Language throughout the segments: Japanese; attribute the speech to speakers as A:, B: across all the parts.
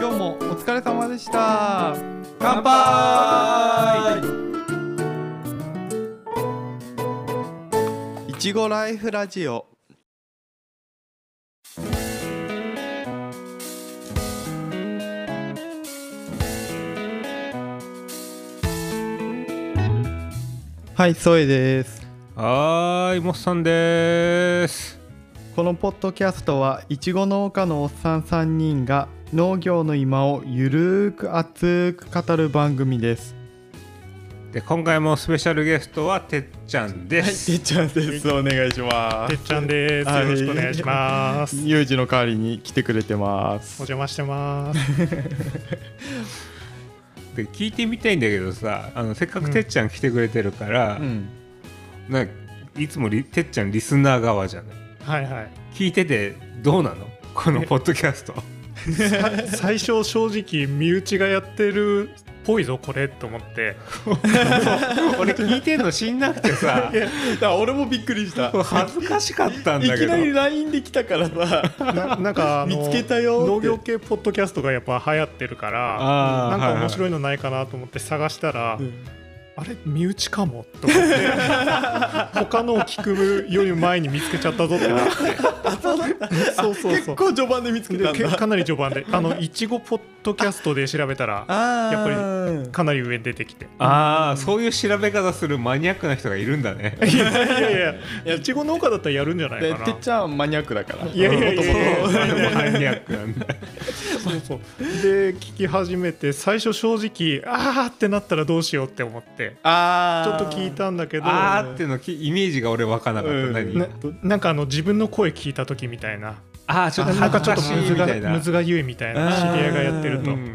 A: 疲れ様でした乾杯いちごライフラジオはい、ソエです
B: はーい、もっさんでーす。
A: このポッドキャストはいちご農家のおっさん3人が農業の今をゆるーく熱く語る番組です
B: で、今回もスペシャルゲストはてっちゃんで
A: はい、
B: す。
A: てっちゃんです。お願いしま
C: てっ
A: す。
C: ちゃんです。
A: はい
C: よろしくお願いします。お
A: ユージの代わりに来てくれてます。
C: 邪魔してます。
B: で、聞いてみたいんだけどさ、あのせっかくてっちゃん来てくれてるから、
A: うん。
B: なんかいつもりてっちゃんリスナー側じゃない。
C: はいはい。
B: 聞いててどうなのこのポッドキャ スト。
C: 最初正直身内がやってるっぽいぞこれと思って。
B: 俺聞いてんの知んなくてさ、
A: だから俺もびっくりした。
B: 恥ずかしかったん
A: い
B: だけ
A: き な。
B: ど
A: り LINE で来たからさ。
C: ななんかあの
A: 見つけたよって
C: 農業系ポッドキャストがやっぱ流行ってるから。
B: あー
C: なんか面
B: は
C: 白いのないかなと思って探したら、
A: うん
C: あれ身内かもと思って 他のを聞くより前に見つけちゃったぞってなって そうそうそ
A: 結
C: う
A: 構序盤で見つけた
C: で
A: ん
C: け
A: だ。
C: かなり序盤であのいちごポッドキャストで調べたら
A: あ
C: やっぱり
A: っ
C: かなり上に出てきて
B: いはいあー、そういう調べ方するマニアックな人がいるんだね。
C: いや いやいや、いちご農家だったらやるんじゃない
A: で
C: かな。
A: てっちゃんマニアックだから。
C: いやいやいやいや
A: 元
B: 俺
A: 々
B: もマニアックなんだ。
C: そうそうで、聞き始めて、最初正直、あーってなったらどうしようって思って、
A: あ
C: ちょ
A: ー
C: っと聞い。たんだけど、
B: あーってのきイメージが俺わかなかった、
A: うん
B: 何
C: ななんかあの自分の声聞いた時みたいな、
B: ああちょっと
C: なん
B: 恥
C: か
B: ず
C: ちょ
B: かし
C: っとむ
B: い
C: ず
B: み
C: が
B: たいな
C: むずがゆいみたいな、知り合いがやってる
B: う
C: と。
B: ん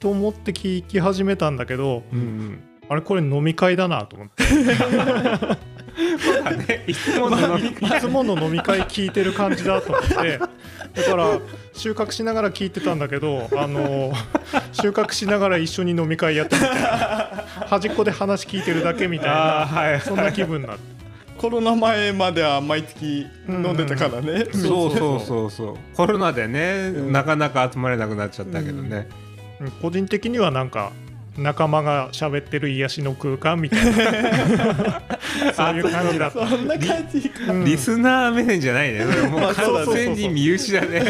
C: と思って聞き始めたんだけど、
B: うん
C: あれ、これ飲み会だなと思って、
B: そうだねいつもの飲み
C: いつもの飲み会聞いてる感じだと思って、だから、収穫しながら聞いてたんだけど、あの収穫しながら一緒に飲み会やってみたいな、端っこで話聞いてるだけみたいな。
B: あーはい
C: そんな気分になって。
A: コロナ前までは毎月飲んでたからね。
B: そうそうそうそうコロナでね、
A: うん
B: なかなか集まれなくなっちゃったけどね、
C: うん個人的にはなんか仲間が喋ってる癒しの空間みたい なそういう感じだっ
A: そ
C: た。
A: んな感じか。
C: うん
B: リスナー目線じゃないねそれも
A: ま
B: う
A: あそうだね
B: 完全に身内だね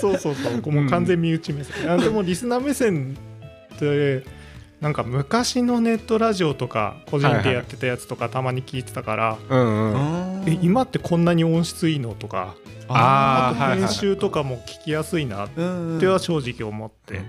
C: そうそうそう、ここもう完全身内目線。あでもリスナー目線ってなんか昔のネットラジオとか個人でやってたやつとかたまに聞いてたから、
B: うんうん
C: え今ってこんなに音質いいのとか、
B: あーはいは
C: 編
B: い
C: 集とかも聞きやすいなっ
A: うん
C: ては正直思って。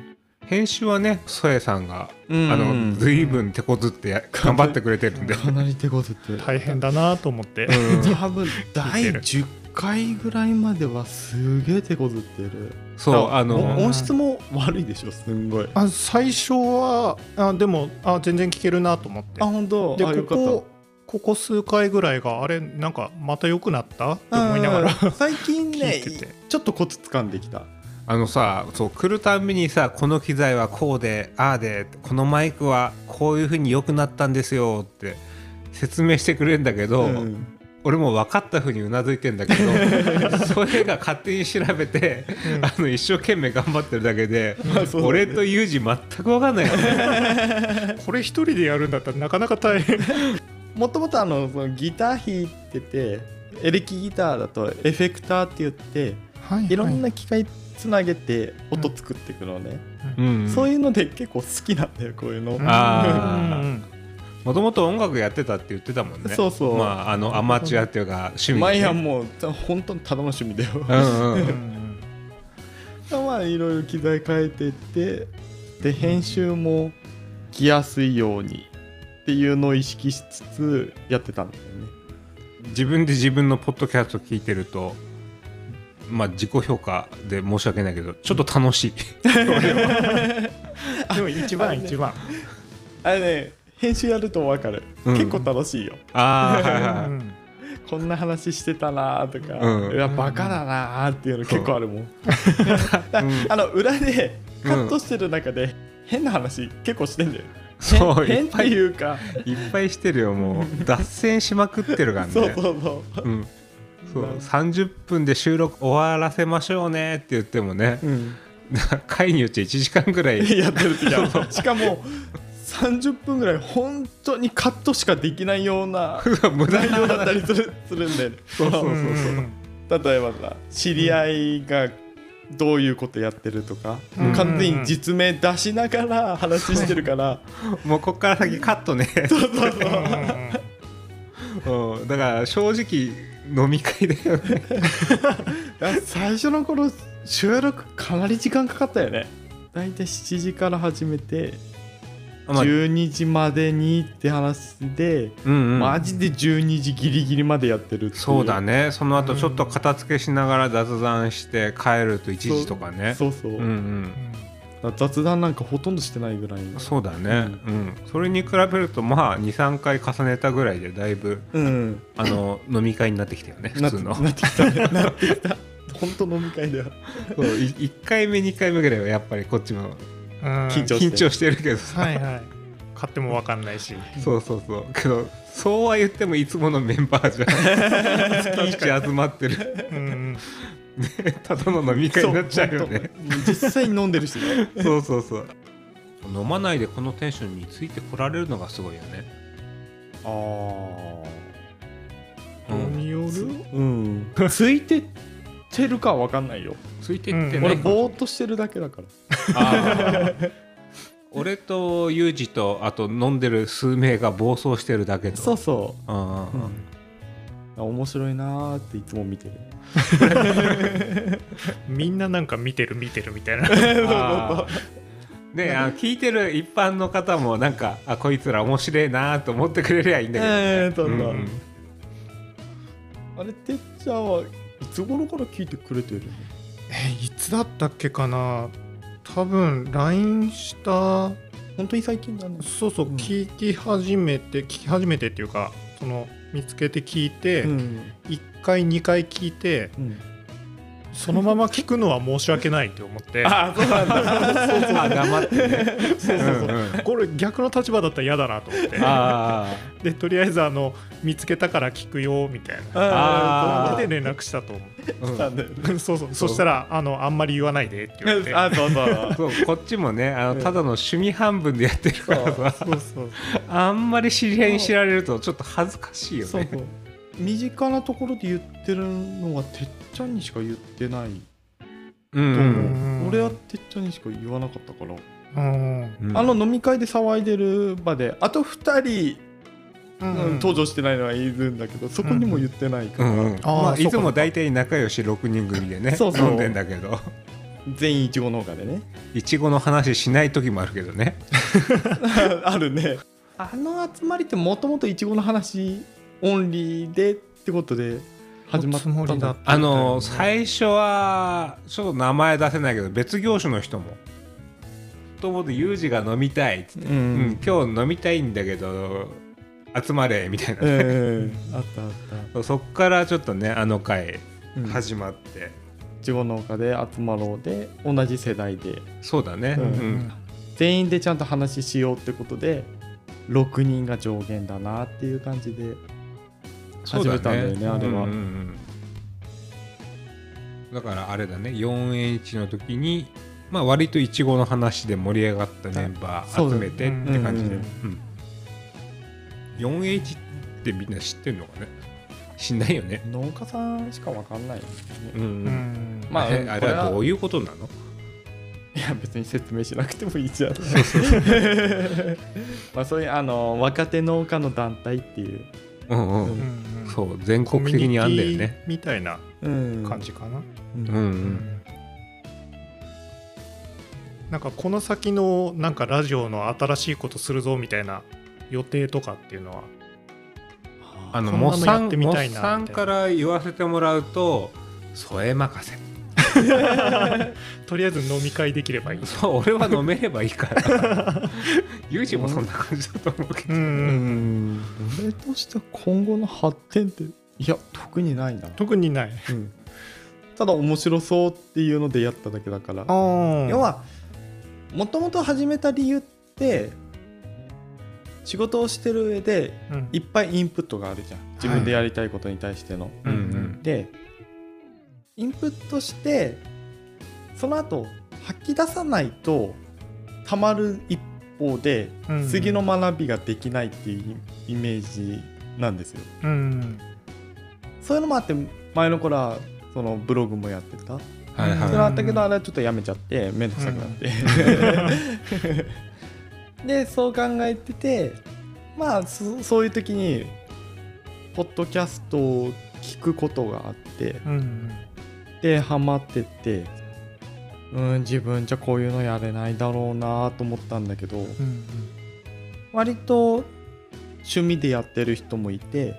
B: 編集はねソエさんが、
A: うん
B: あの随分手こずってや頑張ってくれてるんで
A: かなり手こずって
C: 大変だなと思って、
A: 多分第10回ぐらいまではすげえ手こずってる
B: そうあの
A: お音質も悪いでしょすんごい
C: あ最初はあでもあ全然聞けるなと思って
A: あ本当
C: で
A: あよ
C: こ
A: かった
C: こここ数回ぐらいがあれなんかまた良くなったって思いながら
A: うん最近ね
C: 聞いてて
A: ちょっとコツ掴んできた
B: あのさそう来るたんびにさこの機材はこうでああでこのマイクはこういう風に良くなったんですよって説明してくれるんだけど、
A: うん
B: 俺も分かった風にうなずいてんだけ どそれが勝手に調べて、
C: うん
B: あの一生懸命頑張ってるだけで、
A: まあそうだね
B: 俺とユージ全く分かんない よね
C: これ一人でやるんだったらなかなか大変
A: もともとあのそのギター弾いててエレキギターだとエフェクターって言っていろんな機械つなげて音作っていくのね、
B: うん
A: そういうので結構好きなんだよこういうの、
C: うん
B: あー
C: うん
B: もともと音楽やってたって言ってたもんね
A: そうそう
B: まああのアマチュアっていうか趣味、ね、
A: 前はもうた本当にただの趣味だよ
B: うんうん
C: うんうん
A: まあいろいろ機材変えてってで編集も来やすいようにっていうのを意識しつつやってたんだよね
B: 自分で自分のポッドキャスト聞いてるとまあ自己評価で申し訳ないけどちょっと楽しい
C: でも一番一番
A: あれね編集やるとわかる、
B: うん
A: 結構楽しいよ
B: ああはいは
C: う
B: い
C: ん
A: こんな話してたなとか、
B: うん
A: いやバカだなっていうの結構あるもん、
B: うん
A: あの裏で
B: うん
A: カットしてる中で、変な話結構してんだよ
B: そう
A: 変変
B: いっ
A: って
B: ぱい
A: いうか
B: いっぱいしてるよもう脱線しまくってるからね
A: そうそうそう、
B: うんそう30分で収録終わらせましょうねって言ってもね
A: うん
B: 回によっちゃ1時間ぐら い
A: やってる時はしかも30分ぐらい本当にカットしかできないような
B: 無駄
A: 内容だ
B: な
A: ったりするするんだよね
B: そうそうそうそう
C: うん
A: 例えばさ知り合いがどういうことやってるとか、
C: うん
A: 完全に実名出しながら話してるから、
B: もうこっから先カットね
C: うんうん
B: うんだから正直飲み会だよね
A: だ最初の頃収録かなり時間かかったよね大体7時から始めて
B: まあ
A: 12時までにって話で、
B: うんうん
A: マジで12時ギリギリまでやってるってい
B: そうだねその後ちょっと片付けしながら雑談して帰ると1時とかね
A: そうそう、
B: うんうん
A: 雑談なんかほとんどしてないぐらいの
B: そうだねうんそれに比べるとまあ23回重ねたぐらいでだいぶ
A: うん
B: あの飲み会になってきたよね普
A: な
B: 通の
A: なってきたねなってきた本当飲み会だよ
B: そうい1回目2回目ぐらいはやっぱりこっちも
C: うん
A: 緊張して
B: 緊張してるけどさ、
C: はいはい買っても分かんないし
B: そうそうそうけどそうは言ってもいつものメンバーじ ゃん月一集まってる
C: うん
B: ただの飲み会になっちゃう
A: そ
B: よね
A: う本当実際に飲んでるしね
B: そうそうそう飲まないでこのテンションについてこられるのがすごいよね、
A: ああ
B: う
C: 飲
B: ん、
C: み寄る
A: うんついてってるかは分かんないよ
B: ついてって
C: うん
B: な
A: 俺
B: いかも
A: ぼーっとしてるだけだから
B: あー 俺とユージとあと飲んでる数名が暴走してるだけと
A: そうそ
B: う んうんうん
A: う面白いなーっていつも見てる
C: みんななんか見てる見てるみたいな
B: あーねあの聞いてる一般の方もなんかあこいつら面白いなと思ってくれりゃいいんだけど、
A: ええそうそう、
B: うんうん
A: あれてっちゃんはいつ頃から聞いてくれてる
C: えいつだったっけかな多分 LINE した
A: 本当に最近だね
C: そうそう、
A: うん
C: 聞き始めて聞き始めてっていうかその見つけて聞いて、
A: うん
C: 1回2回聞いて
A: うん
C: そのまま聞くのは申し訳ないって思って
A: あそうなんだ
B: そうそう あ黙ってね
C: そうそうそう、
B: んん
C: これ逆の立場だったら嫌だなと思って
B: あ
C: でとりあえずあの見つけたから聞くよみたいな
B: あ
C: 感
B: ー
C: じで連絡したと思
B: ー、うん
A: そうなんだよね
C: う そうそうそしたらあのあんまり言わないでって言われて
A: あそうそう
B: そうこっちもねあ
A: うん
B: のただの趣味半分でやってるからさ
C: そうそう
B: あんまり知り合いに知られるとちょっと恥ずかしいよ
A: そう
B: ね
A: そう身近なところで言ってるのはてっちゃんにしか言ってない
B: うん
A: と
B: う
A: 思う、
B: ん
C: うん
A: 俺はてっちゃんにしか言わなかったから、
C: うん
B: うん
A: あの飲み会で騒いでる場であと2人、うん登場してないのはいるんだけどそこにも言ってないか
B: う
A: ら、
B: んうんまあ、
C: あーそうか
B: いつも大体仲良し6人組でね
A: そうそう
B: 飲んでんだけど
A: 全員いちご農家でね
B: いちごの話しない時もあるけどね
A: あるねあの集まりってもともといちごの話オンリーでってことで始まったん
C: おつもりだった
B: あの最初はちょっと名前出せないけど別業種の人もと思ってユージが飲みたいっつって、
A: う
B: うん
A: ん、
B: 今日飲みたいんだけど集まれみたいな
A: うん、
B: ね、
A: あったあった
B: そっからちょっとねあの回
A: うん
B: 始まって、
A: いちご農家で集まろうで同じ世代で
B: そうだね、
A: う
B: うんん
A: 全員でちゃんと話しようってことで6人が上限だなっていう感じで
B: そうだ
A: 始めたんだよねあれは
B: うんうんうんだからあれだね 4H の時にまあ割といちごの話で盛り上がったメンバ
A: そう
B: ー
A: だ
B: 集
A: ね
B: めてって感じで、
A: う
B: うんん 4H ってみんな知ってるのかね知んないよね、
A: 農家さんしかわかんないよね、
B: うん
C: うんうん
A: まあ
B: あれあ
A: こ
B: れ
A: れは
B: はどういうことなの
A: いや別に説明しなくてもいいじゃんまあそういうあの若手農家の団体っていう、
B: うんうん、
A: うん
C: うん
B: そう全国的にあんだよね、
C: コミュニティみたいな
A: うん
C: 感じかな、
A: うん
B: うんうん、
C: なんかこの先のなんかラジオの新しいことするぞみたいな予定とかっていうのは
B: あの
C: こんなの
B: モッサ
C: やっ
B: ン
C: てみ
B: モ
C: たいな
B: ッサンから言わせてもらうと添え任せ
C: とりあえず飲み会できればいい。
B: そう俺は飲めればいいから ユージもそんな感じだと思うけ
C: う
B: ど、
C: ん、
A: 俺としては今後の発展っていや特にないな、
C: 特にない。
A: うんただ面白そうっていうのでやっただけだから要
C: 要は、
A: はもともと始めた理由って仕事をしてる上で
C: うん
A: いっぱいインプットがあるじゃん自分でやりたいことに対しての。
C: うん
B: うん
A: でインプットしてその後吐き出さないとたまる一方で、
C: うん
A: 次の学びができないっていうイメージなんですよ。
C: うん
A: そういうのもあって前の頃はそのブログもやってた。
B: はいはい
A: それはあったけどあれはちょっとやめちゃって面倒くさくなって、でそう考えててまあそそういう時にポッドキャストを聞くことがあって
C: うん
A: でハマってってうん自分じゃこういうのやれないだろうなと思ったんだけど
C: うん
A: 割と趣味でやってる人もいて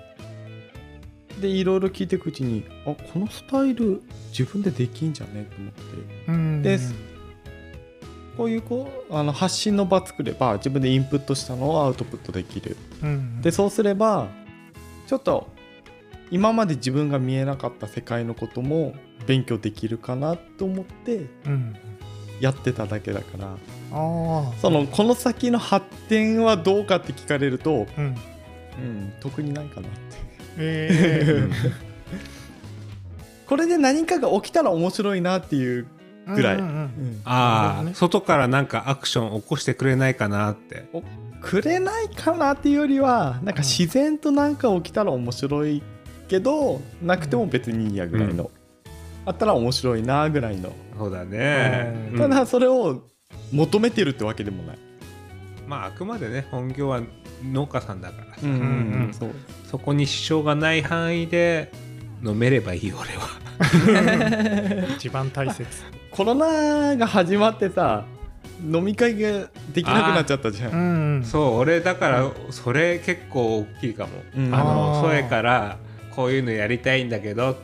A: でいろいろ聞いていくうちにあこのスタイル自分でできんじゃねと思って。
C: うん
A: ですこういうこうあの発信の場作れば自分でインプットしたのをアウトプットできる
C: うん
A: でそうすればちょっと今まで自分が見えなかった世界のことも勉強できるかなと思って
C: うん
A: やってただけだから
C: あ
A: そのこの先の発展はどうかって聞かれると、
C: あうん
A: うん、特にないかなって
C: え
A: これで何かが起きたら面白いなっていう、
C: え
A: ぐらい
C: うんうん
B: ああ、
C: ね
B: 外からなんかアクション起こしてくれないかなって
A: くれないかなっていうよりはなんか自然と何か起きたら面白いけどなくても別にいいやぐらいの、あったら面白いなぐらいの、
B: そうだね、
C: うん
A: ただそれを求めてるってわけでもない、
B: まああくまでね本業は農家さんだから、
A: うん
C: うんうん
A: そう
B: そこに支障がない範囲で飲めればいいよ俺は
C: うん一番大切
A: コロナが始まってさ飲み会ができなくなっちゃったじゃ
C: うんんうん
B: そう俺だからそれ結構大きいかも、
A: うん
B: あの
C: あー
B: 添えからこういうのやりたいんだけど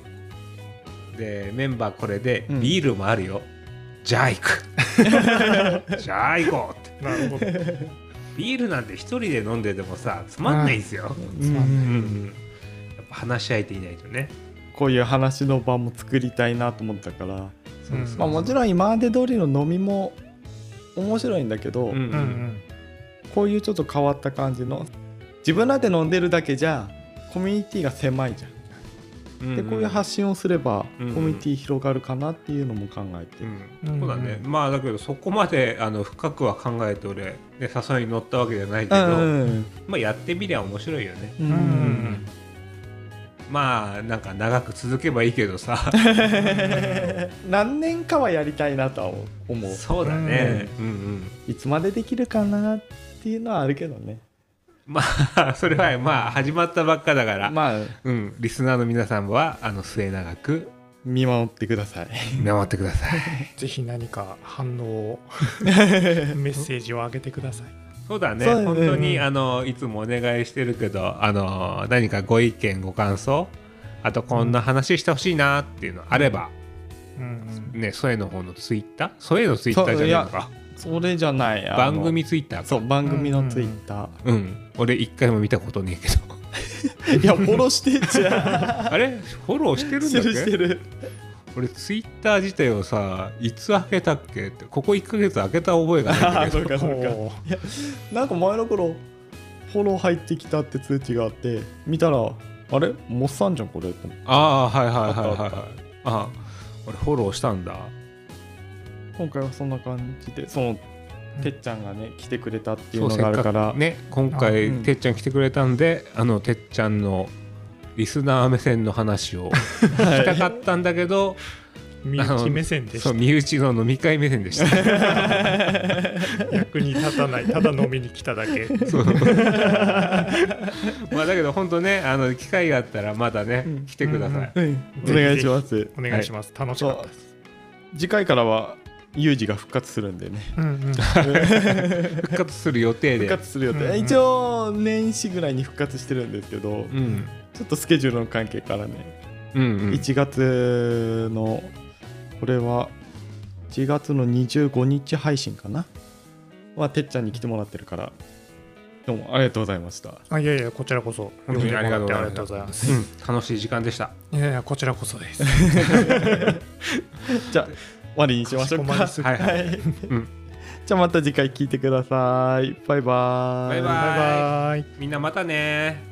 B: でメンバーこれで
A: うん
B: ビールもあるよ、じゃあ行 くじゃあ行こうって
C: なるほど
B: ビールなんて一人で飲んでてもさつまんないんですよ、
A: うん
B: うんうん、やっぱ話し相手いないとね
A: こういう話の場も作りたいなと思ったから、
B: そうそう
A: まあ、もちろん今まで通りの飲みも面白いんだけど、
B: うんうん
C: うんうん
A: こういうちょっと変わった感じの自分らで飲んでるだけじゃコミュニティが狭いじゃん。
B: うん
A: でこういう発信をすればコ
B: うんうん
A: ミュニティ広がるかなっていうのも考えて、
B: うん、そうだね、まあだけどそこまであの深くは考えて俺、ね、誘いに乗ったわけじゃないけど、
A: うん
B: まあ、やってみりゃ面白いよね、
A: うんう
C: うんん
B: まあなんか長く続けばいいけどさ
A: 何年かはやりたいなとは思う
B: そうだね、うんうん、
A: いつまでできるかなっていうのはあるけどね
B: まあ それはまあ始まったばっかだから、
A: まあ
B: うん、リスナーの皆さんはあの末永く
A: 見守ってください
B: 見守ってください
C: ぜひ何か反 応をメッセージを上げてください
B: そうだね
A: そうだね
B: 本当にあのいつもお願いしてるけどあの何かご意見ご感想あとこんな話してほしいなっていうのあれば、
C: うん
B: ね添えの方のツイッター添えのツイッターじゃないのか
A: それじゃないあの
B: 番組ツイッターか
A: そう番組のツイッタ
B: うん俺一回も見たことねえ けど
A: ー、いやフォローしてんじ ゃ
B: あれフォローして
A: ん
B: るん
A: して
B: だっ
A: るして
B: け
A: る
B: 俺ツイッター自体をさいつ開けたっけってここ1ヶ月開けた覚えがないんだけ
A: あそうか
B: ど
A: そうか
C: ほう
A: なんか前の頃フォロー入ってきたって通知があって見たらあれモッサンじゃんこれと思って
B: ああはいはいはい
A: あ
B: は
A: った
B: いは
A: あ
B: いあ俺フォローしたんだ
A: 今回はそんな感じでそのてっちゃんがね来てくれたっていう
B: そう
A: の
B: せ
A: があ
B: っ
A: るか
B: からくね今
A: あ
B: 回
A: うん
B: てっちゃん来てくれたんであのてっちゃんのリスナー目線の話をしたかったんだけど
C: 身内目線でし
B: そう
C: た
B: 身内の飲み会目 線でした
C: 役に立たないただ飲みに来ただけ
B: そうまあだけど本当ねあの機会があったらまだね、
A: うん
B: 来てください、
A: うんお願いします
C: お願いします楽しかったです
A: はい次回からはユージが復活するん でね
C: うんうん
B: 復活する予定
A: 復
B: で
A: 活する予定、
C: うんうん
A: 一応年始ぐらいに復活してるんですけど、
B: うん
A: ちょっとスケジュールの関係からね、
B: うんうん
A: 1月のこれは1月の25日配信かなはてっちゃんに来てもらってるからどうもありがとうございました
C: あいやいやこちらこそ
B: 本当にありがとうございます
C: ありがとうございます
B: うん楽しい時間でした
C: いやいやこちらこそです
A: じゃあ終わりにしましょうか
C: かしこ
B: まりすぎ
A: はい
B: うん
A: じゃあまた次回聞いてくださいバイバーイ
B: バイバーイ
C: バイバイ
B: みんなまたね